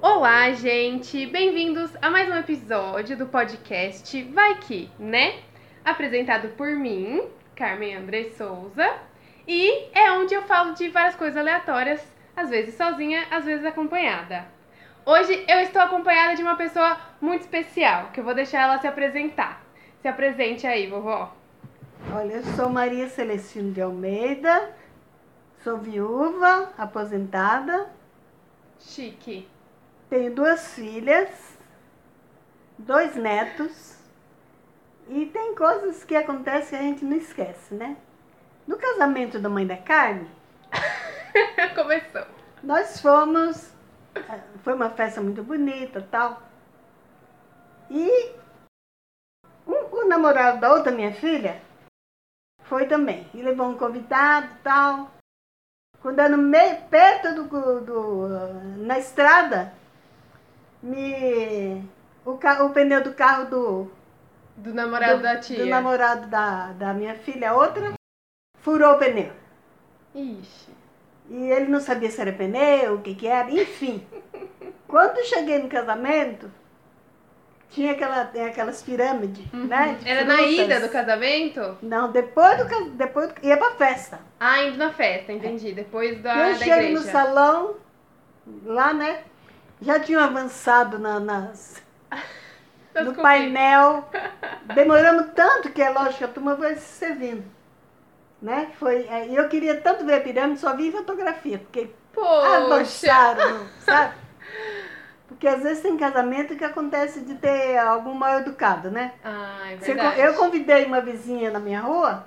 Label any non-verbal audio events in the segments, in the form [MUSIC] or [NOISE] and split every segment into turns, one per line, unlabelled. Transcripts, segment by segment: Olá, gente! Bem-vindos a mais um episódio do podcast Vai Que, né? Apresentado por mim, Carmen André Souza, e é onde eu falo de várias coisas aleatórias, às vezes sozinha, às vezes acompanhada. Hoje eu estou acompanhada de uma pessoa muito especial, que eu vou deixar ela se apresentar. Se apresente aí, vovó.
Olha, eu sou Maria Celestino de Almeida, sou viúva, aposentada,
Chique. [LAUGHS]
tenho duas filhas, dois netos e tem coisas que acontecem que a gente não esquece, né? No casamento da mãe da Carne,
Começou.
nós fomos, eh, foi uma festa muito bonita tal. E um- o namorado da outra minha filha foi também. E levou um convidado tal. Quando eu no meio, perto do, do- do- na estrada, me, o, ca- o pneu do carro do,
Do namorado
do,
da tia.
do namorado da, da minha filha, a outra, furou o pneu.
Ixi.
E ele não sabia se era pneu, o que que era, enfim. Quando cheguei no casamento, tinha aquela, tem aquelas pirâmides, né? de
Uhum. Era na
frutas.
ida do casamento?
Não, depois do casamento, depois do- ia pra festa.
Ah, indo na festa, entendi. Depois Ah, da,
eu
da
chego no
igreja.
salão, lá, né? Já tinham avançado na- nas,
Nas
no
comidas.
painel.
[LAUGHS]
Demoramos tanto que é lógico que a turma foi se servindo. Né? Foi, e eu queria tanto ver a pirâmide, só vi em fotografia, porque
Poxa.
avançaram, sabe? Porque às vezes tem casamento que acontece de ter algum mal educado, né?
Ah, é
Você con-
verdade.
eu convidei uma vizinha na minha rua,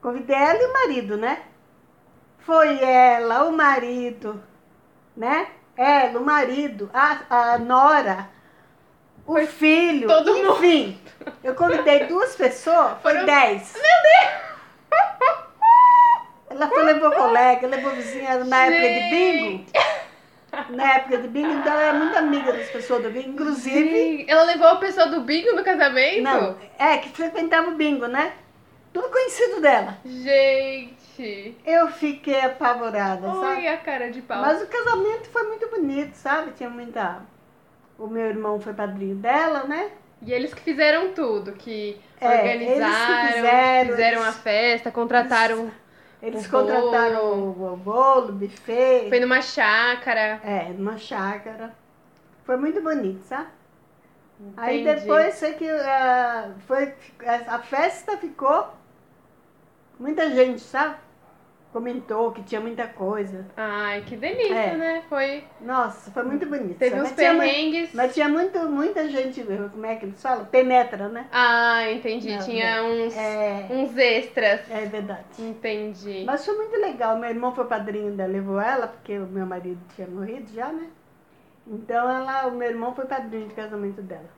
convidei ela e o marido, né? Foi ela, o marido, né? Ela, o marido, a, a nora, o filho,
todo mundo.
enfim. Eu convidei duas pessoas, foi
Foram-
dez. Meu Deus! Ela foi, levou colega, levou vizinha na época de bingo. Na época de bingo, então ela era muito amiga das pessoas do bingo, inclusive.
Sim, Ela levou a pessoa do bingo no casamento?
Não, é, que frequentava o bingo, né? Tudo conhecido dela.
Gente.
Eu fiquei apavorada, sabe?
Olha a cara de pau.
Mas o casamento foi muito bonito, sabe? Tinha muita. O meu irmão foi padrinho dela, né?
E eles que fizeram tudo, que
É,
organizaram,
eles que fizeram,
fizeram
eles-
a festa, contrataram.
Eles
O
contrataram o, o bolo, o buffet.
Foi numa chácara.
É, numa chácara. Foi muito bonito, sabe? Aí
Entendi.
depois sei que ah, foi, a festa ficou. Muita gente, sabe? Comentou que tinha muita coisa.
Ai, que delícia,
É.
né? Foi.
Nossa, foi muito bonito.
Teve
sabe?
uns
Mas tinha mu-
perrengues.
Mas tinha muito, muita gente, como é que eles falam? Penetra, né?
Ah, entendi.
Não,
Tinha uns,
É,
uns extras.
é verdade.
Entendi.
Mas foi muito legal. Meu irmão foi padrinho dela, levou ela, porque o meu marido tinha morrido já, né? Então ela, o meu irmão foi padrinho de casamento dela.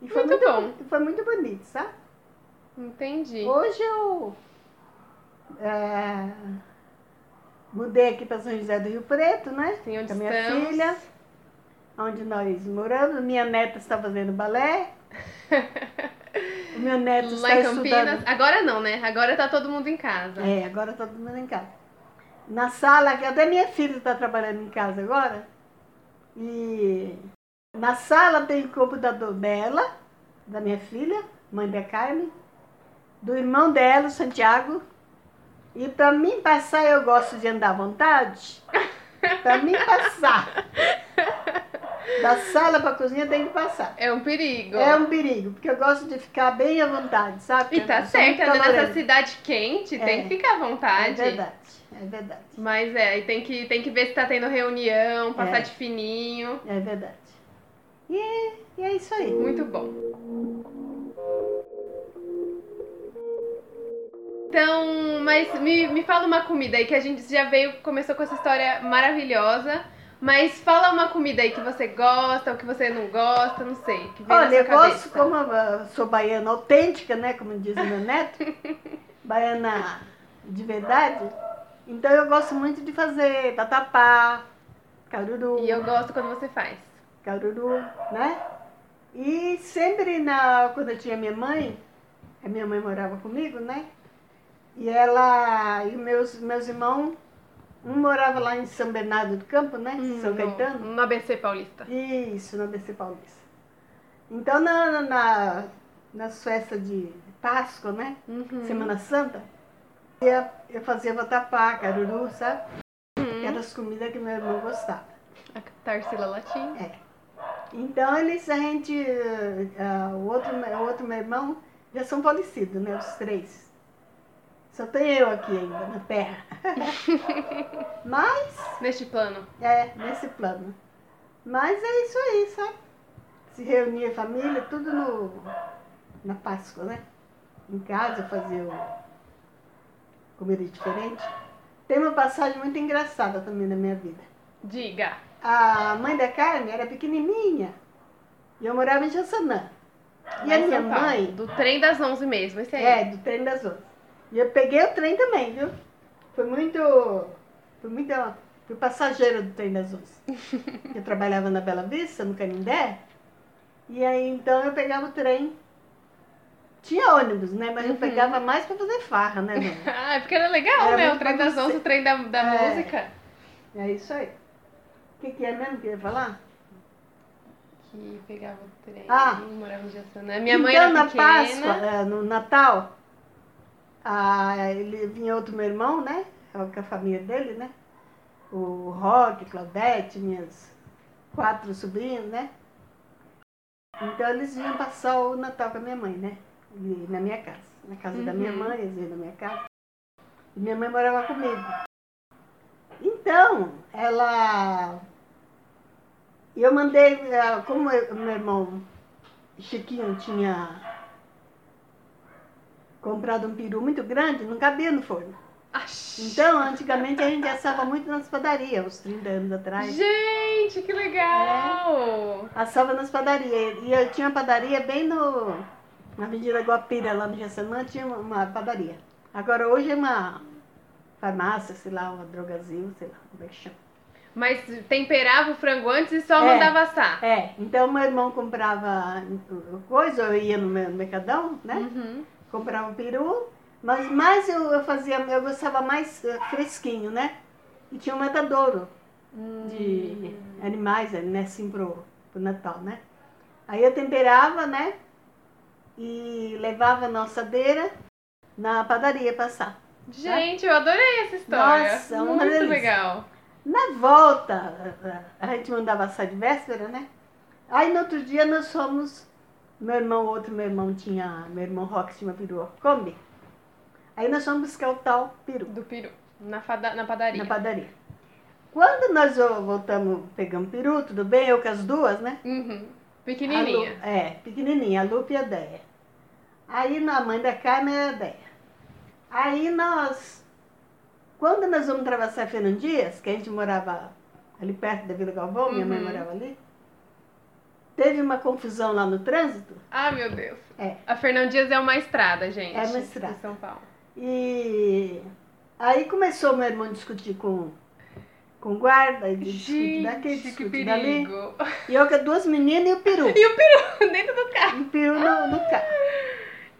E foi
Muito
muito,
bom.
boni- Foi muito bonito, sabe?
Entendi.
Hoje eu é, mudei aqui para São José do Rio Preto, né?
Sim, onde
Com a minha
estamos.
filha, onde nós moramos. Minha neta está
[LAUGHS]
fazendo balé. o meu neto
Lá em
está
Campinas.
é tá estudando.
Agora não, né? Agora tá todo mundo em casa.
É, agora todo mundo em casa. Na sala, que até minha filha está trabalhando em casa agora. E na sala tem o computador dela, da minha filha, mãe da Carmen, do irmão dela, o Santiago. E para mim passar, eu gosto de andar à vontade.
[LAUGHS]
Para mim passar. Da sala para a cozinha tem que passar.
É um perigo.
É um perigo, porque eu gosto de ficar bem à vontade, sabe?
E tá
Eu sou muito
certa, né? Nessa
calorenta.
cidade quente, tem
É.
que ficar à vontade.
É verdade, é verdade.
Mas é, e tem que, tem que ver se tá tendo reunião, passar
É.
de fininho.
É verdade. E, e é isso aí.
Muito bom. Então, mas me, me fala uma comida aí que a gente já veio, começou com essa história maravilhosa. Mas fala uma comida aí que você gosta ou que você não gosta, não sei. Que vem na
Olha,
sua
eu
cabeça.
gosto, como eu sou baiana autêntica, né? Como diz o
[LAUGHS]
meu neto, baiana de verdade. Então eu gosto muito de fazer vatapá, caruru,
E eu gosto quando você faz.
caruru, né? E sempre na, quando eu tinha minha mãe, a minha mãe morava comigo, né? E ela e meus, meus irmãos Um morava lá em São Bernardo do Campo, né?
Hum,
São Caetano.
No, no ABC Paulista.
Isso, na BC Paulista. Então, na, na, na, nas festas de Páscoa, né?
Uhum.
Semana Santa, eu, eu fazia vatapá, caruru, sabe? Eram as comidas que meu irmão gostava.
A Tarsila Latim.
Então, eles, a gente, eh, ah, o, outro, me- o outro meu irmão, já são falecidos, né? Os três. Só tem eu aqui ainda, na terra. Mas,
Neste plano.
é, nesse plano. Mas é isso aí, sabe? Se reunia a família, tudo no, na Páscoa, né? Em casa, fazia o- comida diferente. Tem uma passagem muito engraçada também na minha vida.
Diga.
A mãe da Carmen era pequenininha. E eu morava em Jaçanã. E
Lá
a
em
minha
São Paulo,
mãe,
Do trem das 11 mesmo, esse aí.
é, do trem das outras. E eu peguei o trem também, viu? Foi muito. Foi muito. Fui passageira do trem
[LAUGHS]
das onze. eu trabalhava na Bela Vista, no Canindé. E aí então eu pegava o trem. Tinha ônibus, né? Mas eu
Uhum.
pegava mais pra fazer farra, né,
[LAUGHS]
dona?
[LAUGHS] Ah, porque era legal,
Era
né? O
é muito
trem das
bagunceiro.
11, o trem da, da
É.
música.
é isso aí. O que, que é mesmo que eu ia falar?
Que pegava o trem,
Ah.
morava em Jaçanã. Minha mãe
então,
era
na
pequena.
Páscoa, é, no Natal, a- ele vinha outro meu irmão, né? Com a família dele, né? O Roque, Claudete, minhas quatro sobrinhos, né? Então eles vinham passar o Natal com a minha mãe, né? E na minha casa. Na casa da minha
Uhum.
mãe, eles vinham na minha casa. E minha mãe morava comigo. Então, ela. E eu mandei, eh, como eu- meu irmão Chiquinho tinha comprado um peru muito grande, não cabia no forno.
Axi.
Então, antigamente a gente assava muito nas padarias, uns 30 anos atrás.
Gente, que
É.
legal!
Assava nas padarias. E eu tinha uma padaria bem no, na Avenida Guapira, lá no Jaçanã, tinha uma, uma padaria. Agora hoje é uma farmácia, sei lá, uma drogazil, sei lá, como é que chama.
Mas temperava o frango antes e só
É.
mandava assar.
É, então meu irmão comprava coisa, eu ia no meu mercadão, né?
Uhum.
Comprava um peru, mas mais eu, eu fazia, eu gostava mais eh, fresquinho, né? E tinha um matadouro de animais, né? Assim pro, pro Natal, né? Aí eu temperava, né? E levava na assadeira na padaria passar.
Gente, eu adorei essa história.
Nossa, é uma
Muito
delícia.
legal.
Na volta, a gente mandava assar de véspera, né? Aí no outro dia nós fomos, meu irmão, outro meu irmão tinha, meu irmão Rock tinha uma perua Kombi. Aí nós fomos buscar o tal peru
Do peru. Na, fada- na padaria.
na padaria. Quando nós vo- voltamos, pegamos peru, tudo bem, eu com as duas, né?
Uhum. Pequenininha.
A Lu- é, pequenininha, a Lupe e a Deia. Aí na mãe da Carmen era a Deia. Aí nós, quando nós vamos atravessar Fernando Dias, que a gente morava ali perto da Vila Galvão, minha mãe
Uhum.
morava ali, teve uma confusão lá no trânsito
Ah, meu Deus.
É.
A Fernão Dias é uma estrada, gente.
É uma estrada.
Em São Paulo.
e aí começou meu irmão a discutir com com o guarda, e discute daqui,
Gente, que
discute dali.
perigo. [LAUGHS]
E eu com as duas meninas e o peru.
E o peru dentro do carro.
E o peru no, no carro.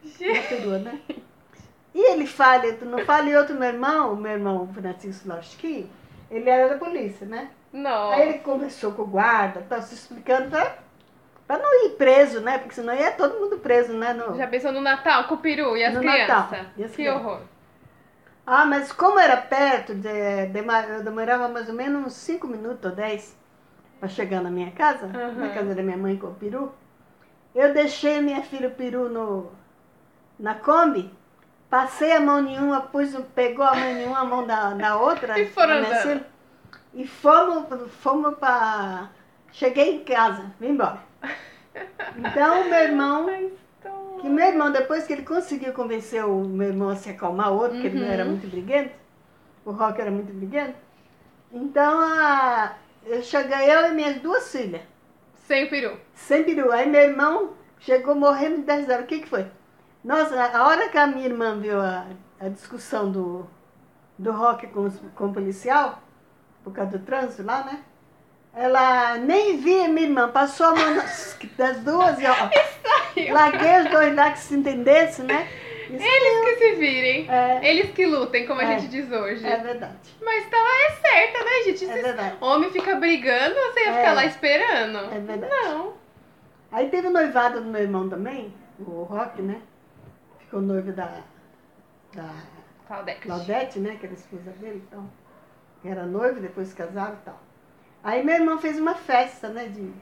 Gente.
Na perua, né? E ele fala, eu não fala, e outro meu irmão, o meu irmão Francisco Loschi, ele era da polícia, né?
Não.
Aí ele conversou com o guarda, tá se explicando pra, pra não ir preso, né? Porque senão ia todo mundo preso, né? No...
Já pensou no Natal com o peru e as
No
crianças?
Natal, e as
que
crianças.
horror.
Ah, mas como era perto, de, dema- eu demorava mais ou menos uns 5 minutos ou 10 pra chegar na minha casa,
Aham.
na casa da minha mãe com o peru. Eu deixei minha filha o peru no, na Kombi, passei a mão nenhuma, pus, um- pegou a mão nenhuma, a mão da, da outra.
[LAUGHS] E foram
da minha
andando.
filha, E fomos, fomos pra. Cheguei em casa,
[LAUGHS]
vim embora. Então, meu irmão que meu irmão, depois que ele conseguiu convencer o meu irmão a se acalmar, o outro, porque ele não era
Uhum.
muito briguento, o Rock era muito briguento, então a, eu cheguei, eu e minhas duas filhas,
Sem o peru.
sem peru. Aí meu irmão chegou morrendo de 10 horas. O que, que foi? Nossa, a hora que a minha irmã viu a, a discussão do, do Rock com, os- com o policial, por causa do trânsito lá, né? Ela nem via minha irmã, passou [LAUGHS] a mão nas- das duas e ó. Larguei os dois lá que se entendesse, né? Isso
Eles que se virem.
é,
Eles que lutem, como a
É.
gente diz hoje.
é verdade.
Mas então é certa, né, gente?
É
Se
verdade.
homem fica brigando, você ia
É.
ficar lá esperando.
É verdade.
Não.
Aí teve o noivado do meu irmão também, o Rock, né? Ficou noivo da, da
Claudete.
Claudete, né? Que era esposa dele, então. Era noivo, depois casaram e tal. Aí meu irmão fez uma festa, né? De,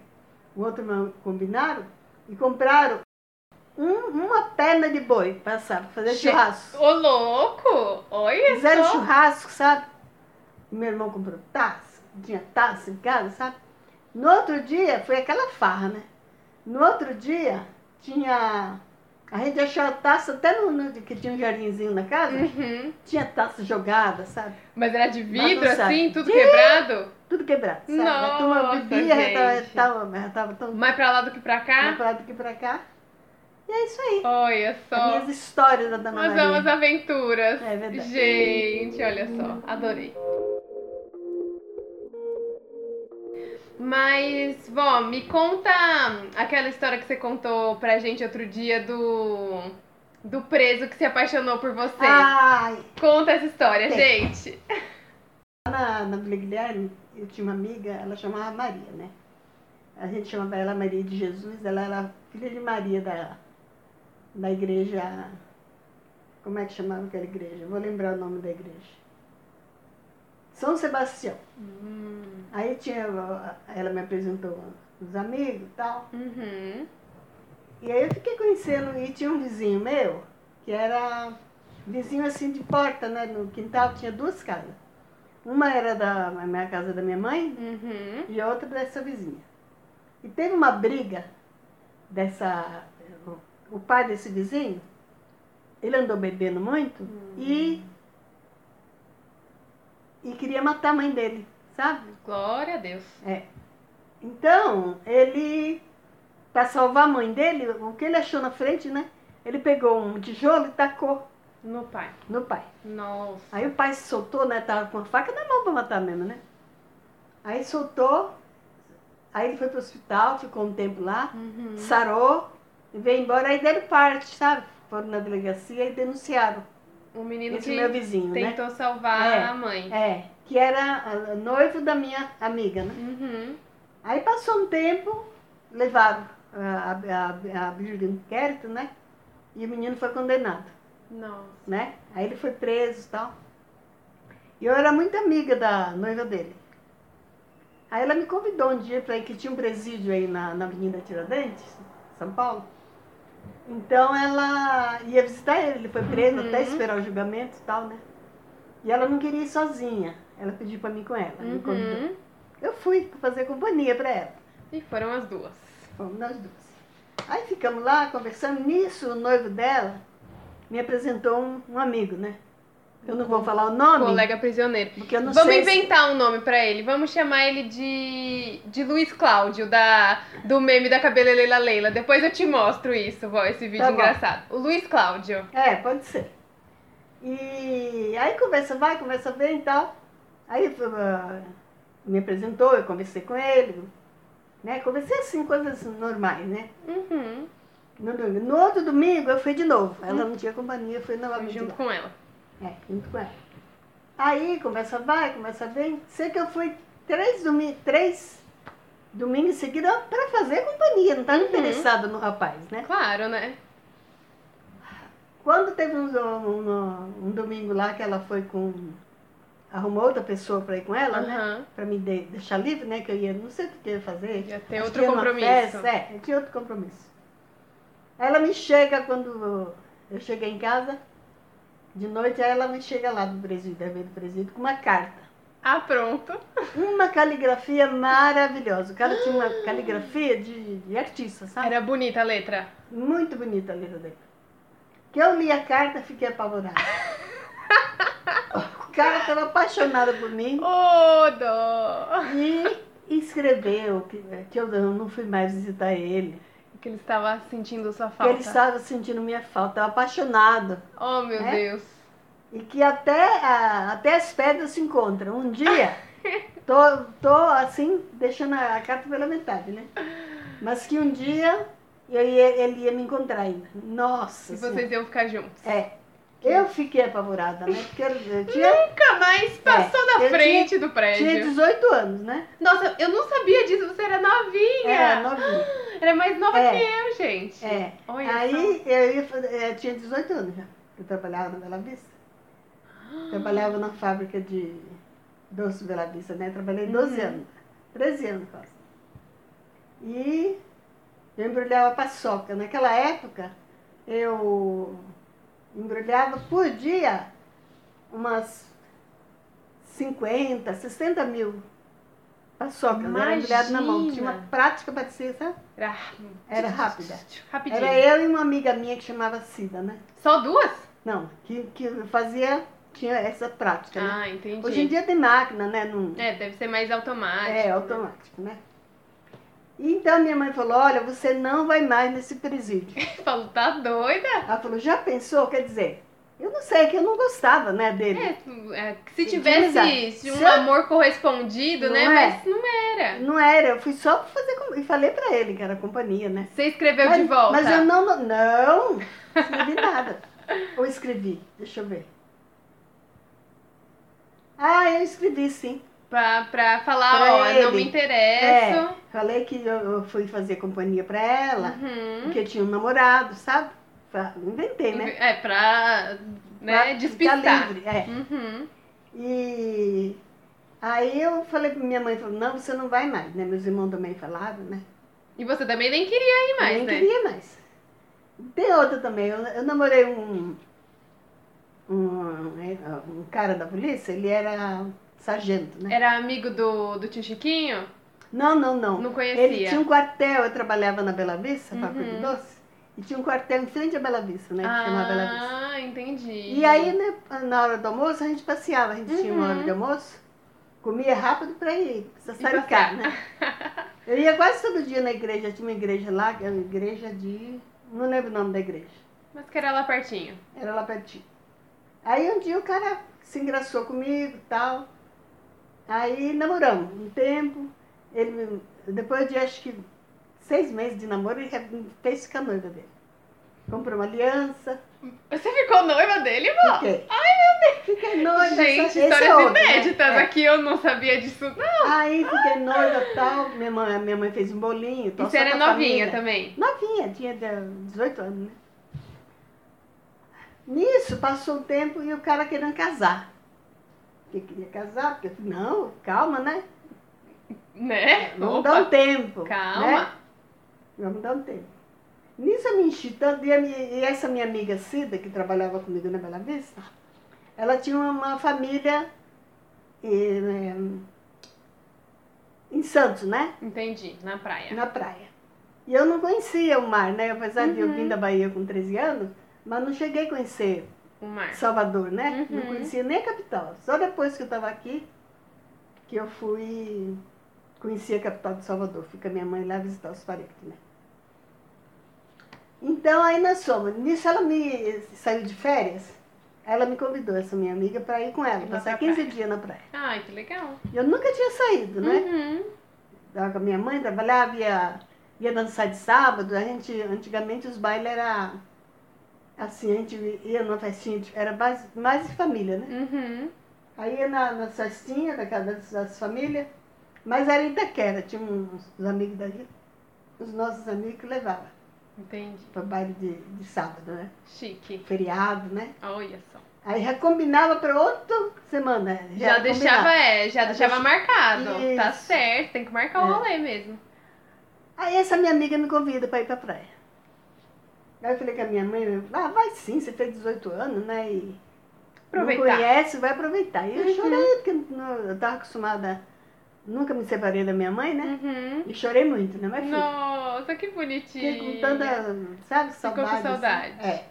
o outro irmão combinaram e compraram um- uma perna de boi para assar, pra fazer
Che-
churrasco.
Ô, louco! Olha
Fizeram
só.
churrasco, sabe? E Meu irmão comprou taça, tinha taça em casa, sabe? No outro dia, foi aquela farra, né? No outro dia, tinha. A gente achou a taça até no, no- que tinha um jardinzinho na casa,
Uhum.
tinha taça jogada, sabe?
Mas era de vidro,
Bagunçado.
assim, tudo
Ih!
quebrado?
Tudo quebrado, sabe? a
Nossa,
turma bebia, já tava, já
gente.
tava, já tava tão
Mais pra lá do que pra
mais
cá?
pra lá do que pra cá. E é isso aí.
Olha
As
só.
minhas histórias da Dona
Nós
Maria.
vamos aventuras.
É verdade.
Gente, olha só, adorei. Mas, vó, me conta aquela história que você contou pra gente outro dia do, do preso que se apaixonou por você.
Ai,
Conta essa história,
Ah. Tem.
gente.
Lá na, na Vila Guilherme, eu tinha uma amiga, ela chamava Maria, né? A gente chamava ela Maria de Jesus, ela era filha de Maria da, da igreja. Como é que chamava aquela igreja? Vou lembrar o nome da igreja. São Sebastião.
Hum,
Aí tinha, ela me apresentou os amigos e tal.
Uhum.
E aí eu fiquei conhecendo, e tinha um vizinho meu, que era vizinho assim de porta, né? No quintal tinha duas casas. Uma era da a minha casa da minha mãe
Uhum.
e a outra dessa vizinha. E teve uma briga dessa. O, o pai desse vizinho, ele andou bebendo muito e. E queria matar a mãe dele, sabe?
Glória a Deus.
Então, ele, para salvar a mãe dele, o que ele achou na frente, né? Ele pegou um tijolo e tacou
No pai.
no pai.
Nossa.
Aí o pai se soltou, né? Tava com a faca na mão para matar mesmo, né? Aí soltou, aí ele foi pro hospital, ficou um tempo lá,
Uhum.
sarou, e veio embora, aí deram parte, sabe? Foram na delegacia e denunciaram.
O menino
Esse
que
meu vizinho, né?
tentou salvar
É.
a mãe.
É, que era ah, noivo da minha amiga, né?
Uhum.
Aí passou um tempo, levaram ah, a, a, a, a Bíblia de inquérito, né? E o menino foi condenado,
Nossa.
né? Aí ele foi preso e tal. E eu era muito amiga da noiva dele. Aí ela me convidou um dia para ir, que tinha um presídio aí na, na Avenida Tiradentes, São Paulo. Então ela ia visitar ele, ele foi preso
Uhum.
até esperar o julgamento e tal, né? E ela não queria ir sozinha. Ela pediu para mim ir com ela, me convidou.
Uhum.
Eu fui pra fazer companhia para ela.
E foram as duas.
Fomos nós duas. Aí ficamos lá conversando. Nisso, o noivo dela me apresentou um, um amigo, né? Eu não vou falar o nome,
Colega prisioneiro.
porque eu não
Uhum. é? Vamos
sei. se-
inventar um nome pra ele. Vamos chamar ele de, de Luiz Cláudio, da, do meme da Cabeleleila Leila. Depois eu te mostro isso, vó, esse vídeo
Tá bom.
engraçado. O Luiz Cláudio.
É, pode ser. E aí conversa vai, conversa vem e tal. Aí ah, me apresentou, eu conversei com ele, né? Conversei assim, coisas normais, né?
Uhum.
No, domingo. No outro domingo eu fui de novo. Ela não tinha companhia, eu fui
Fui
novamente.
Hum. junto
lá.
com ela.
É, junto com ela. Aí, conversa vai, conversa vem. Sei que eu fui três, domi três domingos seguidos para fazer companhia, não estava
Uhum.
interessada no rapaz, né?
Claro, né?
Quando teve um, um- um domingo lá que ela foi com. arrumou outra pessoa para ir com ela, né?
Aham.
Para me de- deixar livre, né? Que eu ia, não sei o que eu ia fazer.
Já tem
Acho
outro
que ia numa
compromisso.
festa, é, eu tinha outro compromisso. Aí Ela me chega quando eu cheguei em casa, de noite, aí ela me chega lá do presídio, da Avenida do presídio, com uma carta.
Ah, pronto.
Uma caligrafia maravilhosa. O cara tinha uma caligrafia de, de artista, sabe?
Era bonita a letra.
Muito bonita a letra dele. Que eu li a carta, fiquei apavorada. o cara estava apaixonado por mim
Ô, oh, dó!
e escreveu que, que eu não fui mais visitar ele.
Que ele estava sentindo sua
Que
falta.
ele estava sentindo minha falta, estava apaixonado.
Oh, meu
né?
Deus.
E que até, a- até as pedras se encontram. Um dia, tô, tô assim, deixando a, a carta pela metade, né? Mas que um dia E aí ele ia me encontrar ainda. Nossa
Se
Senhora.
vocês iam ficar juntos.
É. Eu fiquei apavorada, né? Porque eu, eu tinha,
Nunca mais passou
eu
na
É. tinha-
frente do
tinha
prédio.
18 anos, né?
Nossa, eu não sabia disso, você era novinha.
Era novinha.
Era mais nova
É.
que eu, gente.
É.
Olha só.
Aí eu, ia, fa- eh, tinha 18 anos já. Eu trabalhava na Bela Vista.
Ah.
Trabalhava na fábrica de doce Bela Vista, né? Trabalhei 12
Uhum.
anos, 13 anos quase. E eu embrulhava paçoca. Naquela época, eu embrulhava por dia umas 50, 60 mil paçocas. Era embrulhado na mão. Tinha uma
Imagina!
prática para ser, sabe?
Era,
Era rápida.
Rapidinho.
Era eu e uma amiga minha que chamava Cida, né?
Só duas?
Não, que, que fazia, tinha essa prática. né?
Ah, entendi.
Hoje em dia tem máquina, né? Não,
É, deve ser mais automático.
é, automático, né? Então minha mãe falou, olha, você não vai mais nesse presídio.
Né? Falou, tá doida?
Ela falou, já pensou? Quer dizer, eu não sei, que eu não gostava, né, dele.
É, tu- é, que se
De amizade.
tivesse se
Se
um
eu-
amor correspondido,
Não
né?
é?
Mas não era.
Não era, eu fui só pra fazer, com- e falei pra ele que era companhia, né?
Você escreveu
mas,
de volta.
Mas eu não, não, não escrevi nada. Ou escrevi, deixa eu ver. Ah, eu escrevi sim.
Pra, pra falar,
Pra
ó,
ele. É,
não me interesso.
Falei que eu, eu fui fazer companhia pra ela,
Uhum.
porque eu tinha um namorado, sabe? Fa- Inventei, né?
É, pra né,
Pra Ficar
despistar.
livre, é.
Uhum.
E aí eu falei pra minha mãe, falou, não, você não vai mais, né? Meus irmãos também falaram, né?
E você também nem queria ir mais,
Nem
né?
queria mais. Tem outra também, eu, eu namorei um, um, um cara da polícia, ele era sargento, né?
Era amigo do, do tio Chiquinho?
Não, não, não.
É. Não
Ele
conhecia.
tinha um quartel, eu trabalhava na Bela Vista,
Uhum.
fábrica de doce, e tinha um quartel em frente à Bela Vista, né? Que chamava Bela Vista.
Ah, entendi.
E aí, né, na hora do almoço, a gente passeava, a gente tinha uma
Uhum.
hora de almoço, comia rápido pra ir, pra
passar.
saricar, né?
[LAUGHS]
Eu ia quase todo dia na igreja, tinha uma igreja lá, que era uma igreja de. não lembro o nome da igreja,
Mas que era lá pertinho.
era lá pertinho. Aí um dia o cara se engraçou comigo e tal. Aí namoramos um tempo. Ele, me- depois de acho que seis meses de namoro, ele me fez ficar noiva dele. Comprou uma aliança.
Você ficou noiva dele, vó?
Fiquei. Oh, Ai, meu Deus! Fiquei noiva.
Gente,
essa- esse
histórias
é outro, né?
inéditas
É.
aqui, eu não sabia disso. Não,
Aí fiquei noiva e tal. Minha mãe, minha mãe fez um bolinho. tal,
e você
só
era
pra
novinha
família.
também.
Novinha, tinha de- 18 anos, né? Nisso, passou um tempo e o cara querendo casar. Que queria casar, porque eu falei, não, calma, né?
Né?
Vamos
Opa,
dar um tempo.
calma.
né? Vamos dar um tempo. Nisso eu me enchi tanto, e, a minha- e essa minha amiga Cida, que trabalhava comigo na Bela Vista, ela tinha uma, uma família eh, em Santos, né?
Entendi, na praia.
na praia. E eu não conhecia o mar, né? Apesar de eu
Uhum.
vir da Bahia com 13 anos, mas não cheguei a conhecer
O mar.
Salvador, né?
Uhum.
Não conhecia nem a capital. Só depois que eu estava aqui que eu fui conhecer a capital de Salvador. Fica minha mãe lá visitar os parentes, né? Então aí nós fomos. Nisso ela me saiu de férias. Ela me convidou, essa minha amiga, para ir com ela,
Ir lá
passar
pra
15
praia.
dias na praia.
Ai, que legal.
Eu nunca tinha saído, né?
Uhum.
Tava com a minha mãe, trabalhava, ia, ia dançar de sábado. A gente, antigamente os bailes era assim, a gente ia numa festinha, de- era mais, mais de família, né?
Uhum.
Aí ia na, na festinha da casa das, das famílias, mas era em Itaquera, tinha uns, uns amigos daqui, os nossos amigos que levavam
Entendi.
para baile de, de sábado, né?
Chique.
Feriado, né?
Olha só.
Aí já combinava para outra semana.
Já, deixava,
combinava.
é, já,
Já
deixava
deixa-
marcado. Tá
Isso.
certo, tem que marcar o
É.
rolê mesmo.
Aí essa minha amiga me convida para ir para praia. Aí eu falei com a minha mãe, ah, vai sim, você fez 18 anos, né? E não
Aproveitar.
conhece, vai aproveitar. E eu
Uhum.
chorei, porque não- eu estava acostumada, nunca me separei da minha mãe, né?
Uhum.
E chorei muito, né? Mas fui.
Nossa, que
fiquei
bonitinho.
com tanta, sabe, saudade.
com saudade.
assim. É.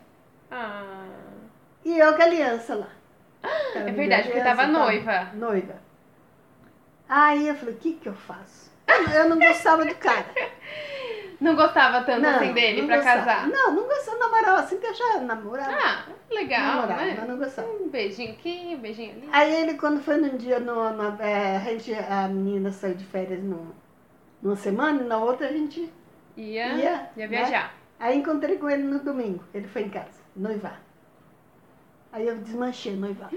Ah,
E eu com a aliança
[GASPS]
lá.
é verdade, porque tava noiva.
Noiva. Aí eu falei, o que que eu faço? Eu não gostava do cara.
Não gostava tanto assim dele
não
pra
gostava.
casar.
Não, não gostava, namorava assim, que eu já namorava.
Ah, legal,
namorava,
né?
mas não gostava.
Um beijinho aqui, um beijinho ali.
Aí ele, quando foi num dia, no, na- é, a, gente, a menina saiu de férias no, numa semana e na outra a gente
Ia,
ia,
ia
né?
viajar.
Aí encontrei com ele no domingo, ele foi em casa, noivar. Aí eu desmanchei
[GASPS]
noivado.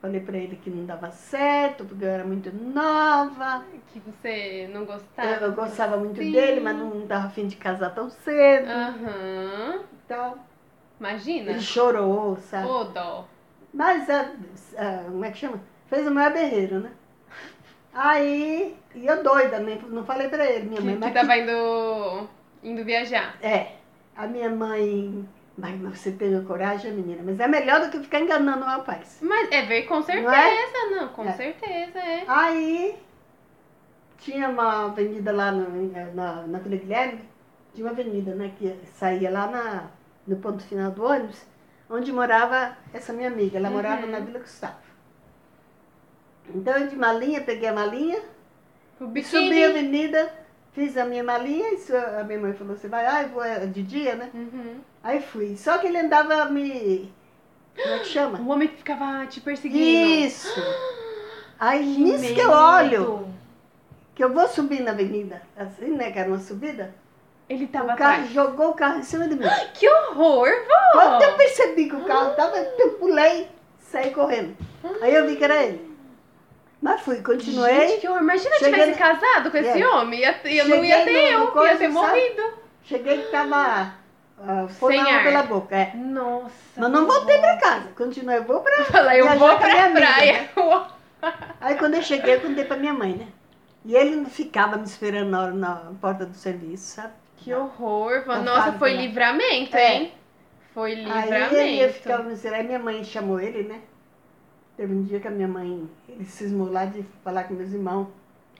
Falei pra ele que não dava certo, porque eu era muito nova.
Que você não gostava.
Eu, eu gostava muito
Tá. Sim.
dele, mas não dava fim de casar tão cedo
Aham.
e tal.
Imagina.
Ele chorou, sabe?
Ô, dó.
Mas, a, a- como é que chama? Fez o maior berreiro, né? Aí, e eu doida, nem, não falei pra ele, minha
Que,
mãe.
que
mas [LAUGHS]
tava indo, indo viajar.
que- É, a minha mãe, mas mas você teve coragem, menina, mas é melhor do que ficar enganando o rapaz.
Mas é ver com certeza,
Não é?
não. Com
É.
certeza, é.
Aí tinha uma avenida lá no- é, na, na Vila Guilherme, tinha uma avenida, né, que saía lá na, no ponto final do ônibus, onde morava essa minha amiga, ela
Uhum.
morava na Vila Gustavo. Então eu de malinha, peguei a malinha,
O
subi a
biquíni.
avenida, fiz a minha malinha, e sua- a minha mãe falou, você vai, ah, eu vou é de dia, né?
Uhum.
Aí fui. Só que ele andava me. Como é que chama?
O homem que ficava te perseguindo.
Isso!
[GASPS]
Aí
Que
nisso que eu
medo.
olho, que eu vou subir na avenida, assim, né? Que era uma subida,
Ele tava
o carro
atrás.
jogou o carro em
[GASPS]
cima de mim.
Que horror, vó!
Quando eu percebi que o carro tava, eu pulei, saí correndo. Aí eu vi que era ele. Mas fui, continuei.
Gente, que horror. Imagina
Cheguei
eu tivesse
no-
casado com esse
É.
homem. Ia, ia, não
Cheguei
ia ter
no- no
eu, ia
coisa,
ter
sabe?
morrido.
Cheguei que tava. ah, foi
Sem
na
ar.
água pela boca, é.
Nossa.
Mas não voltei pra casa. Continuei, vou pra
Falar, eu
Viajar
vou
com a minha
pra
amiga,
praia.
Aí quando eu cheguei, eu contei pra minha mãe, né? E ele não ficava me esperando na, hora, na porta do serviço, sabe?
Que horror, vó.
Não
Nossa,
sabe
foi
como é.
livramento,
É.
hein? Foi livramento.
Aí ele ficava me esperando. Aí minha mãe chamou ele, né? Teve um dia que a minha mãe, ele cismou lá de falar com meus irmãos.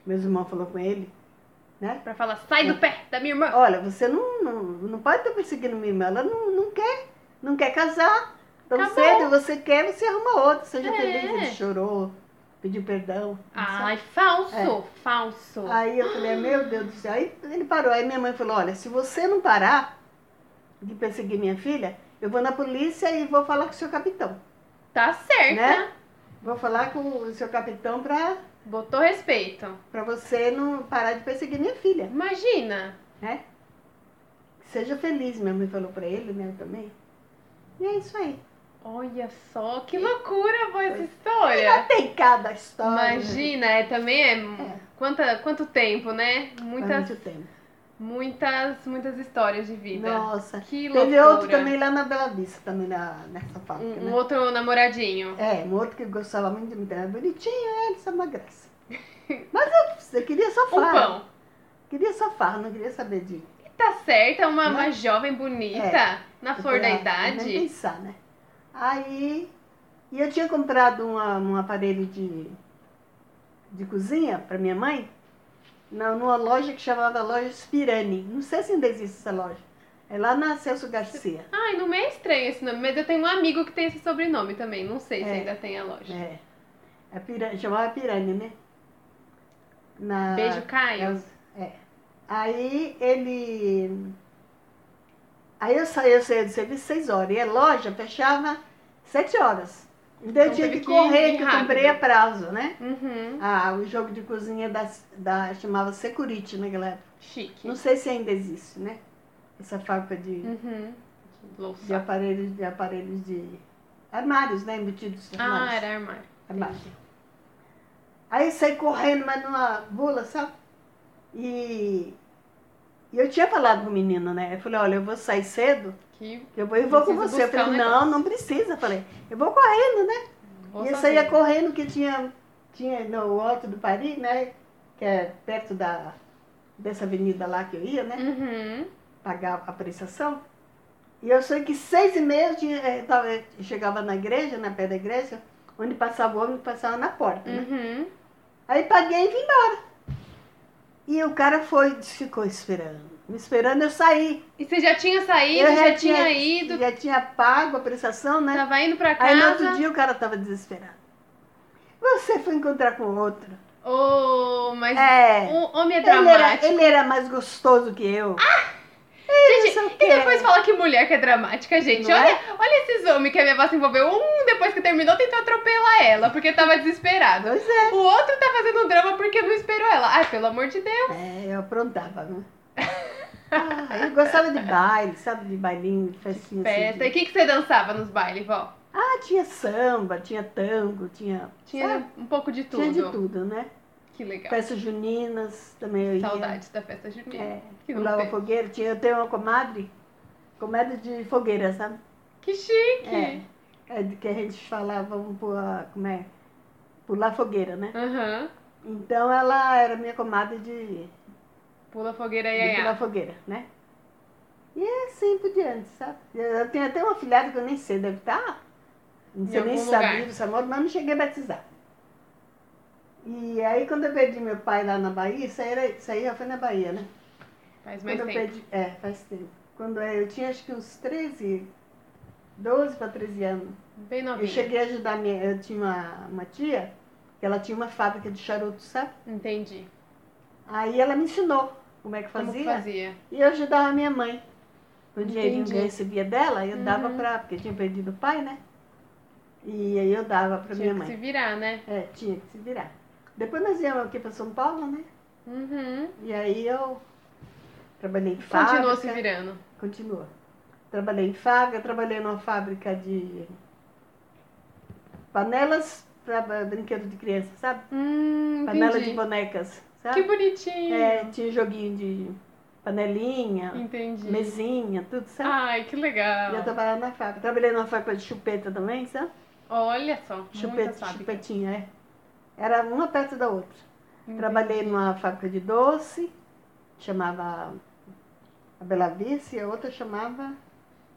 Meus irmãos falou com ele, né?
Pra falar, sai do pé da minha irmã.
Olha, você não, não, não pode estar perseguindo minha irmã, ela não, não quer, não quer casar. Tão
Acabou.
cedo, você quer, você arruma outro. Você já
É. Ah,
teve isso, ele chorou, pediu perdão. sabe?
Ai, falso,
É.
falso.
Aí eu falei, meu Deus do céu. Aí ele parou. Aí minha mãe falou, olha, se você não parar de perseguir minha filha, eu vou na polícia e vou falar com o seu capitão.
Tá certa.
Né? Vou falar com o seu capitão pra,
Botou respeito.
pra você não parar de perseguir minha filha.
Imagina.
Seja feliz, minha mãe falou pra ele, né, eu também. E é isso aí.
Olha só, que loucura foi essa
Ela
história.
tem cada Tá história.
Imagina, é, também é, Quanta, quanto tempo, né?
Faz
Muitas,
muito tempo.
muitas, muitas histórias de vida.
Nossa.
Que loucura.
Teve outro também lá na Bela Vista, também na, nessa fábrica,
Um, um
né?
outro namoradinho.
É, um outro que gostava muito de me dar bonitinho, é, ele só uma graça. Mas eu, eu queria só
[LAUGHS] Um
farra.
pão.
Queria só farra, não queria saber de.
E tá certa, uma,
Né?
uma jovem bonita, na flor da
pra- É. Nem
idade.
pensar, né? Aí. E eu tinha comprado uma- um aparelho de, de cozinha para minha mãe, na, numa loja que chamava Loja Spirani. Não sei se ainda existe essa loja. É lá na Celso Garcia.
Ai, não me é estranho esse nome, mas eu tenho um amigo que tem esse sobrenome também. Não sei se
É.
ainda tem a loja.
É. é Pirani, chamava Pirani, né? Na,
Beijo, Caio.
É. Aí ele. Aí eu saí, eu saí do serviço seis horas. E a loja fechava sete horas. Então eu
Então
tinha
teve
que
que ir
correr, que eu
rápido.
comprei a prazo, né?
Uhum.
Ah, o jogo de cozinha da, da, chamava Security naquela época.
Chique.
Não sei se ainda existe, né? Essa fábrica de,
Uhum.
de
Louça.
aparelhos, de aparelhos de. Armários, né? Embutidos.
Ah,
armários.
era armário.
Armário. Aí saí correndo, mas numa bula, sabe? E, e eu tinha falado pro menino, né? Eu falei, olha, eu vou sair cedo,
Que
eu vou, eu vou com
Preciso
você. Eu
buscar
falei,
um
não,
negócio.
não precisa. Eu falei, eu vou correr.
vou
e eu
sozinha.
saía correndo, que tinha, tinha no alto do Paris, né? Que é perto da, dessa avenida lá que eu ia, né?
Uhum.
Pagar a prestação. E eu sei que seis e meia eu, tinha, eu tava- eu chegava na igreja, na pé da igreja, onde passava o homem, passava na porta, né?
Uhum.
Aí paguei e vim embora. E o cara foi, ficou esperando. Me esperando, eu saí.
E você já tinha saído,
eu
já, tinha, ido,
Já tinha pago a prestação, né?
tava indo pra
Aí no
casa.
outro dia o cara estava desesperado. Você foi encontrar com outro.
Oh, mas
É.
o homem é
Ele era,
dramático. Ah!
ele era mais gostoso que eu.
Gente,
não sei o
e
quê.
depois fala que mulher que é dramática, gente.
Não é?
Olha, olha esses homens que a minha avó se envolveu. Um, depois que terminou, tentou atropelar ela, porque tava desesperado.
Pois é.
O outro um tá fazendo drama porque não esperou ela. Ai, pelo amor de Deus.
É, eu aprontava. né? Ah, eu gostava de baile, sabe? De bailinho, de festinha. assim,
Festa. E
de-
o que, que você dançava nos bailes, vó?
Ah, tinha samba, tinha tango, tinha.
Tinha um pouco de tudo.
Tinha de tudo, né?
Que legal.
Festas juninas também eu ia.
Saudades da festa junina.
É,
Que não
pulava
tem.
fogueira. Tinha, eu tenho uma comadre, comadre de fogueira, sabe?
Que chique.
É, é de que a gente falava, vamos pular, como é? Pular fogueira, né?
Aham.
Então ela era minha comadre de,
Pula fogueira
de
e
pular fogueira, né? E é assim por diante, sabe? Eu, eu tenho até uma filhada que eu nem sei, deve estar. Não
Em
sei nem
algum
se está
lugar.
vivo, se tá morto, mas não cheguei a batizar. E aí quando eu perdi meu pai lá na Bahia, isso aí, era- isso aí já foi na Bahia, né?
Faz mais
Quando eu
tempo.
perdi, é, faz tempo. Quando é, eu tinha acho que uns 13, 12 para 13 anos,
Bem
eu
novinho.
cheguei a ajudar minha. Eu tinha uma, uma tia, que ela tinha uma fábrica de charuto, sabe?
Entendi.
Aí ela me ensinou como é que fazia.
Como que fazia?
E eu ajudava a minha mãe. O dinheirinho que eu
Entendi.
recebia dela, eu dava
Uhum.
pra. Porque eu tinha perdido o pai, né? E aí eu dava pra
Tinha
minha
que
mãe.
se virar, né?
É, tinha que se virar. Depois nós viemos aqui pra São Paulo, né?
Uhum.
E aí eu trabalhei em fábrica.
Continuou se virando.
Continua. Trabalhei em fábrica, trabalhei numa fábrica de panelas para brinquedo de criança, sabe?
Hum,
Panela de
entendi.
bonecas,
Que
sabe?
bonitinho.
É, tinha joguinho de panelinha,
Entendi. Ah,
mesinha, tudo, sabe?
Ai, que
E eu
legal.
trabalhava na fábrica. Trabalhei numa fábrica de chupeta também, sabe?
Olha só. muita
Chupeta,
fábrica.
chupetinha, é. Era uma perto da outra.
Entendi.
Trabalhei numa fábrica de doce, chamava a Bela Vice, e a outra chamava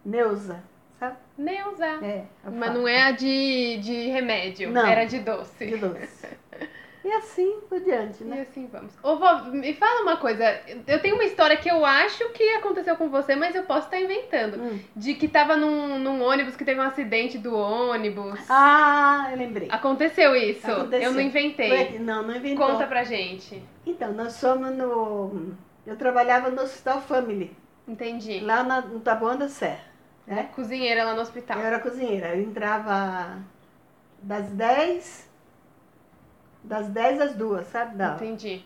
Neuza, sabe?
Neuza.
É, a
Mas não é assim. a de, de remédio,
Não.
era de doce. [LAUGHS]
de doce. E assim por diante,
E
né?
assim vamos. Ô, vó, me fala uma coisa. Eu tenho uma história que eu acho que aconteceu com você, mas eu posso estar inventando.
Hum.
De que tava num, num ônibus que teve um acidente do ônibus.
Ah, eu lembrei.
Aconteceu isso.
Aconteceu.
Eu não
Foi
inventei.
aqui- Não, não inventou.
Conta pra gente.
Então, nós fomos no. Eu trabalhava no Hospital Family,
Entendi.
lá na, no Taboão da Serra. Né?
Cozinheira lá no hospital.
Eu era cozinheira. Eu entrava das 10. Das 10 às 2, sabe? Da,
Entendi.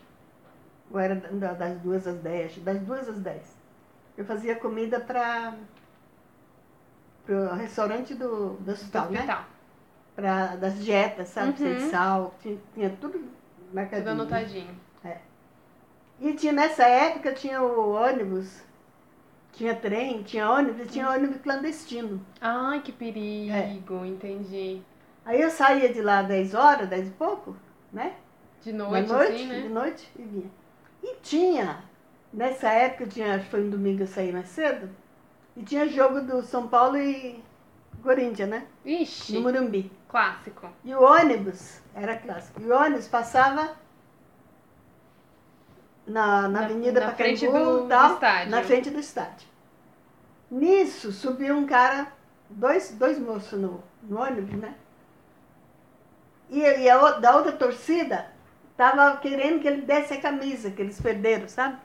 ou era da- das 2 às 10. Das 2 às 10. Eu fazia comida para. Pro restaurante do, do
Do
hospital, né?
hospital.
pra, das dietas, sabe?
Uhum.
Sem sal, tinha, tinha tudo
Tudo
marcadinho.
anotadinho.
E tinha, nessa época tinha o ônibus, tinha trem, tinha ônibus, e tinha
Uhum.
ônibus clandestino.
Ai, que perigo. Entendi.
Aí eu saía de lá 10 horas, 10 e pouco, né?
De
Da
noite,
noite,
assim,
de
né?
noite, e vinha. E tinha, nessa época, tinha, acho que foi um domingo que eu saí mais cedo, e tinha jogo do São Paulo e Corinthians, né?
Ixi,
No Morumbi.
clássico.
E o ônibus, era clássico, e o ônibus passava na, na, Avenida
na
Pacaembu
frente do,
e tal,
do estádio.
na frente do estádio. Nisso, subiu um cara, dois, dois moços no, no ônibus, né? E, ele, a, o- da outra torcida tava querendo que ele desse a camisa que eles perderam, sabe?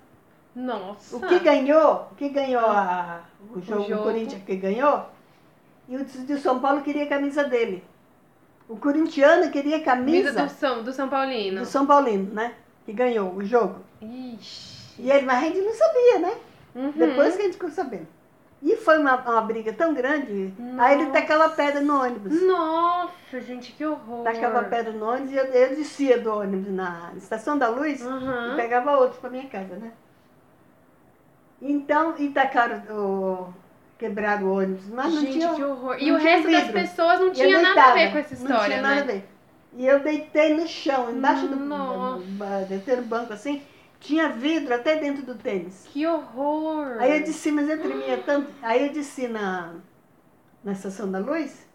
Nossa.
O que é ganhou, o que ganhou a- o jogo, o
Ah, jogo.
Corinthians que ganhou, e o de de São Paulo queria a camisa dele. O corintiano queria a camisa,
Camisa do São, do São Paulino.
do São Paulino, né? Que ganhou o jogo.
Ixi.
E ele, mas a gente não sabia, né?
Uhum.
Depois que a gente ficou sabendo. E foi uma, uma briga tão grande, aí ele
Nossa.
tacava pedra no ônibus.
Nossa, gente, que horror.
Tacava pedra no ônibus e eu, eu descia do ônibus na Estação da Luz e
Aham.
pegava outro pra minha casa, né? Então, e tacaram o. quebraram o ônibus, mas não
gente,
tinha.
que horror. E
não
o
tinha
resto das
vidro.
pessoas não
eu
tinha nada a ver
deitava,
com essa
Não
história,
tinha nada
né?
a ver. E eu deitei no chão, embaixo do,
Nossa.
do, do, deitei no banco assim, tinha vidro até dentro do tênis.
Que horror.
Aí eu desci, mas eu
Ah.
tremia tanto. Aí eu desci na, na estação da luz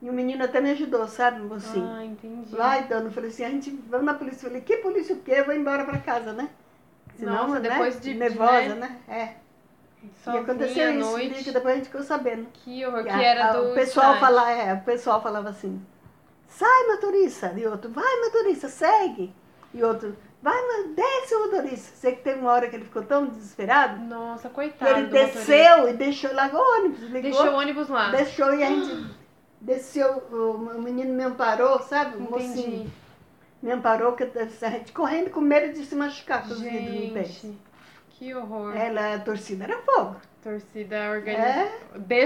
e o menino até me ajudou, sabe, Assim, mocinho?
Ah, entendi.
Lá então, eu falei assim, a gente vamos na polícia. Eu falei, que polícia o quê? Eu vou embora pra casa, né? Senão,
Nossa,
né?
depois de- de,
nervosa, né? É. e
Sozinha
aconteceu
à
isso, um dia
noite.
que depois a gente ficou sabendo.
Que horror.
E a-
Que era
a-
do
Ah, o pessoal
estádio.
fala, é, o pessoal falava assim: "Sai, motorista". E outro: "Vai, motorista, segue". E outro: "Vai, mo- desce, motorista". Sei que teve uma hora que ele ficou tão desesperado,
Nossa,
que
coitado. do
ele
motorista.
desceu e deixou lá o ônibus, ligou,
Deixou o ônibus lá.
deixou e a gente desceu, o o menino me amparou, sabe? O mocinho
Entendi.
me amparou, que eu- a gente correndo com medo de se machucar com os vidros no pé.
Gente, Que horror.
Ela, a torcida era fogo.
Torcida organizada.
É.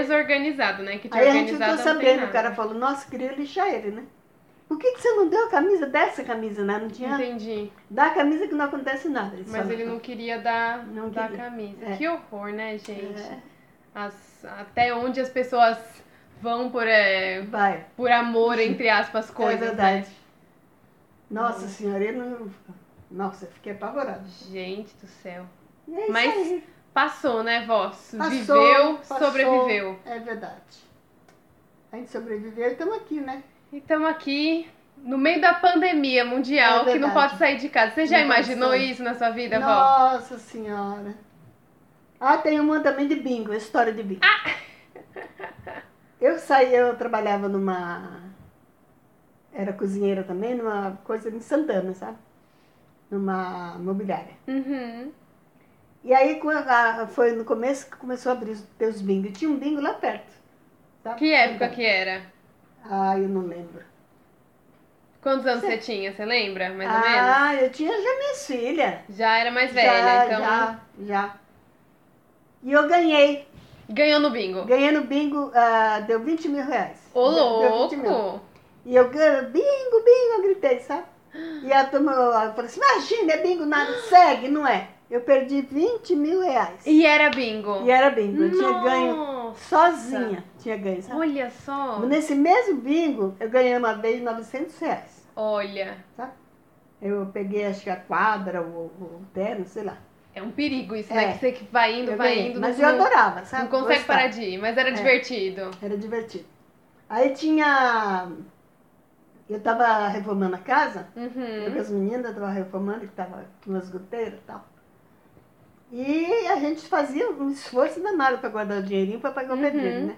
Desorganizada, né? Que de
Aí a gente
organizada
ficou
não tem
sabendo, o
nada.
cara falou, nossa, queria lixar ele, né? Por que, que você não deu a camisa dessa camisa, né? Não tinha.
Entendi.
Dá a camisa que não acontece nada. Ele
Mas
só-
ele não queria dar,
Não
dar
queria.
camisa.
É.
Que horror, né, gente?
É,
As- até onde as pessoas vão por, é,
vai.
por
[LAUGHS]
amor, entre aspas,
é
coisas. né?
verdade. Nossa senhora, eu não. Nossa, eu fiquei apavorada.
Gente do céu.
E é isso
Mas
aí.
Passou, né, Vós?
Passou,
Viveu,
passou.
sobreviveu.
É verdade. A gente sobreviveu e estamos aqui, né?
E estamos aqui no meio da pandemia mundial,
É
que não
verdade.
pode sair de casa. Você já
Não pode
imaginou
sair.
isso na sua vida, Vó?
Nossa senhora. Ah, tem uma também de bingo, a história de bingo.
Ah!
Eu saí, eu trabalhava numa. Era cozinheira também, numa coisa em Santana, sabe? Numa mobiliária.
Uhum.
E aí quando a- foi no começo que começou a abrir os- ter os bingos. Tinha um bingo lá perto. sabe?
Que época que era?
Ah, eu não lembro.
Quantos anos você tinha? Você lembra, mais ou menos?
ah, eu tinha já minhas filhas.
Já era mais
já,
velha, então.
já, já. E eu ganhei.
Ganhou no bingo.
Ganhei no bingo, ah, deu 20 mil reais.
Ô,
Deu- deu 20 mil.
louco!
E eu ganhei, bingo, bingo, eu gritei, sabe? E a turma ah, falou assim, imagina, é bingo, nada, segue, não é? Eu perdi 20 mil reais.
E era bingo.
E era bingo, eu tinha ganho Né?
Nossa,
sozinha, tinha ganho, sabe?
Olha só.
Nesse mesmo bingo, eu ganhei uma vez 900 reais.
Olha,
Eu peguei, acho que a quadra, o, o terno, sei lá.
é um perigo isso, né?
É.
Que você que vai indo,
Eu
vai
ganhei,
indo.
mas
não,
eu adorava, sabe?
não consegue
Gostava.
parar de ir, mas era
É.
divertido.
Era divertido. Aí tinha. Eu tava reformando a casa, eu com
Uhum.
as meninas tava reformando, que tava com umas goteiras e tal. E a gente fazia um esforço danado para guardar o dinheirinho para pagar o
Uhum.
pedreiro, né?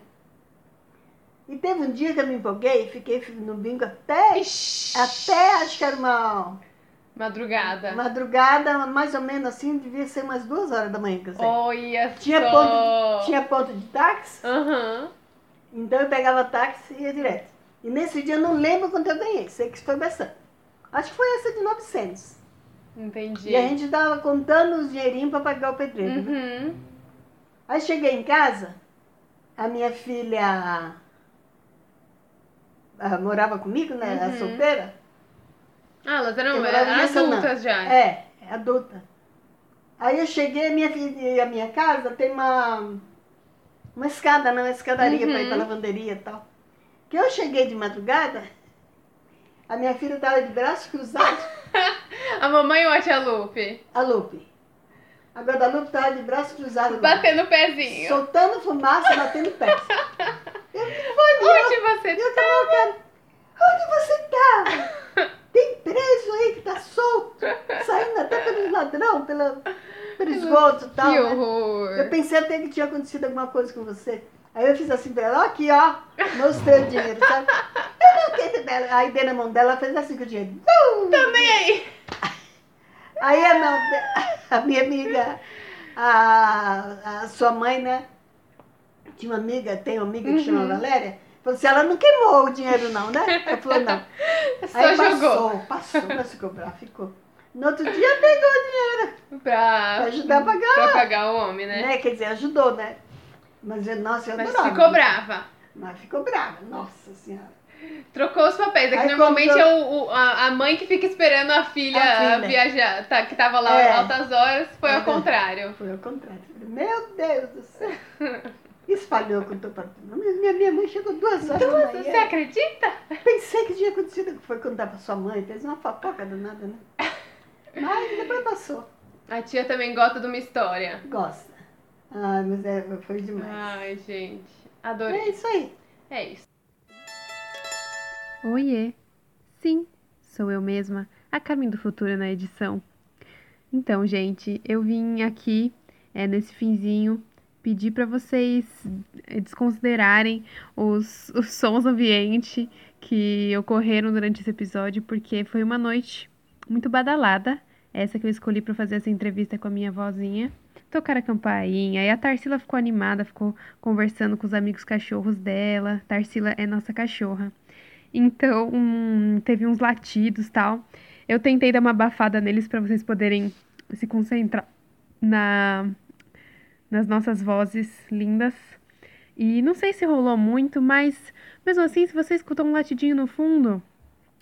E teve um dia que eu me empolguei, fiquei no bingo até,
Ixi, Tá.
até acho que era uma
Madrugada.
madrugada, mais ou menos assim, devia ser umas duas horas da manhã que eu saí.
Olha
Tinha
só.
ponto, Tinha ponto de táxi,
Aham.
Então eu pegava táxi e ia direto. E nesse dia eu não lembro quanto eu ganhei, sei que foi bastante. Acho que foi essa de 900.
Entendi.
E a gente tava contando os dinheirinhos para pagar o pedreiro. né?
Uhum.
Aí cheguei em casa, a minha filha ah, morava comigo, né?
Uhum.
A solteira.
Ah, elas eram
Eu morava em Jaçanã.
adultas já.
É, é adulta. Aí eu cheguei, a minha, filha, e a minha casa tem uma, uma escada, não, uma escadaria para ir para
Uhum.
lavanderia e tal. Que eu cheguei de madrugada, a minha filha estava de braços cruzados,
A mamãe ou a tia Lupe?
a Lupe. A Guadalupe estava de braços cruzados, lá,
Batendo o pezinho.
soltando fumaça, batendo pé.
Onde você
E eu tava olhando, onde você tá? Tem preso aí que tá solto, saindo até pelos ladrão, pela, pelo esgoto e tal.
tá? Que
né? Eu
horror.
pensei até que tinha acontecido alguma coisa com você. Aí eu fiz assim pra ela, ó, aqui, ó, mostrei o dinheiro, sabe? [LAUGHS] Eu não quero dela. Aí dei na mão dela, ela fez assim com o dinheiro.
[LAUGHS]
Bum!
Também aí.
Aí a, mão de- a minha amiga, a, a sua mãe, né? Tinha uma amiga, tem uma amiga que chama
Uhum.
Valéria, falou assim, ela não queimou o dinheiro não, né? Eu falou, não.
[LAUGHS] Só
Aí
jogou.
passou, passou, mas ficou brava, ficou. No outro dia pegou o dinheiro,
Pra [LAUGHS]
pra ajudar a pagar,
Pra pagar o homem, né?
né? Quer dizer, ajudou, né? Mas, eu- nossa, eu
Mas
adorava.
ficou brava.
Mas ficou brava, nossa senhora.
Trocou os papéis. É que
Aí
normalmente
comprou-
é o, o- a, a mãe que fica esperando a filha,
A filha.
viajar, tá, que tava lá
É.
altas horas, foi ao
É.
contrário.
Foi ao contrário. Falei, Meu Deus do
[LAUGHS]
céu. Espalhou com o topatina. Mas minha, minha mãe chegou duas horas da
Nossa, Então, você
manhã.
acredita?
Pensei que tinha acontecido, que foi contar pra sua mãe. Fez uma fofoca
[LAUGHS]
danada, né? Mas depois passou.
A tia também gosta de uma história.
Gosta. Ai, mas é, foi demais.
Ai, gente.
É
Adorei.
isso aí.
É isso. Oiê! Sim, sou eu mesma, a caminho do futuro na edição. Então, gente, eu vim aqui é, nesse finzinho pedir para vocês eh, desconsiderarem os, [LAUGHS] os sons ambiente que ocorreram durante esse episódio, porque foi uma noite muito badalada, essa que eu escolhi para fazer essa entrevista com a minha vozinha. Tocaram a campainha, e a Tarsila ficou animada, ficou conversando com os amigos cachorros dela. Tarsila é nossa cachorra. Então, hum, teve uns latidos tal. Eu tentei dar uma abafada neles para vocês poderem se concentrar
na, nas nossas vozes lindas. E não sei se rolou muito, mas mesmo assim, se você escutou um latidinho no fundo,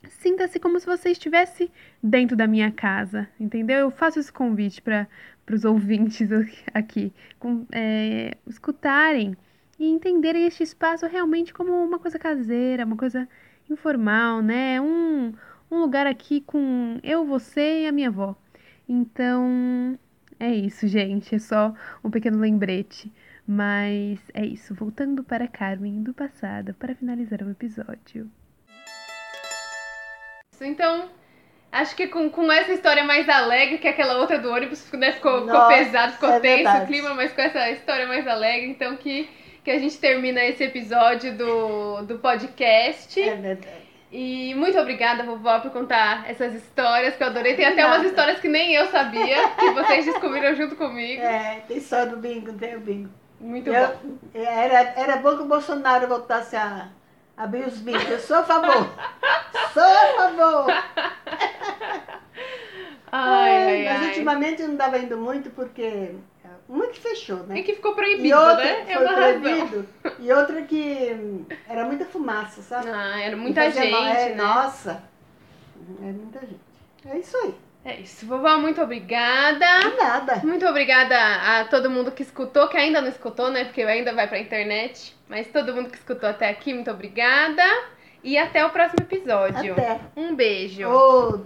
sinta-se como se você estivesse dentro da minha casa, entendeu? Eu faço esse convite para os ouvintes aqui com, é, escutarem e entenderem este espaço realmente como uma coisa caseira, uma coisa informal, né? Um, um lugar aqui com eu, você e a minha avó. Então, é isso, gente. É só um pequeno lembrete. Mas é isso. Voltando para Carmen do passado para finalizar o episódio.
Então, acho que com, com essa história mais alegre, que aquela outra do ônibus né, ficou, ficou
Nossa,
pesado, ficou
é
tenso
verdade.
o clima, mas com essa história mais alegre, então que, que a gente termina esse episódio do, do podcast.
É verdade.
E muito obrigada, vovó, por contar essas histórias que eu adorei. Tem até umas
Nada.
histórias que nem eu sabia, que vocês descobriram junto comigo.
É, tem só do bingo, tem o bingo.
Muito
Eu-
bom.
era, era bom que o Bolsonaro voltasse a abrir os bingos. Eu sou a favor. sou a favor.
Ai, ai,
Mas
ai.
ultimamente não estava indo muito porque é, uma que fechou, né?
É que ficou proibido,
E outra
né?
que
É
foi
uma razão.
proibido. E outra que hum, era muita fumaça, sabe?
Ah, era
E
muita
fazia
gente,
mal. É,
né?
Nossa. É muita gente. É isso aí.
É isso, vovó, muito obrigada.
De nada.
Muito obrigada a todo mundo que escutou, que ainda não escutou, né? Porque ainda vai pra internet. Mas todo mundo que escutou até aqui, muito obrigada. E até o próximo episódio.
Até.
Um beijo.
Oh,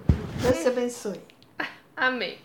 Deus te abençoe.
Amém.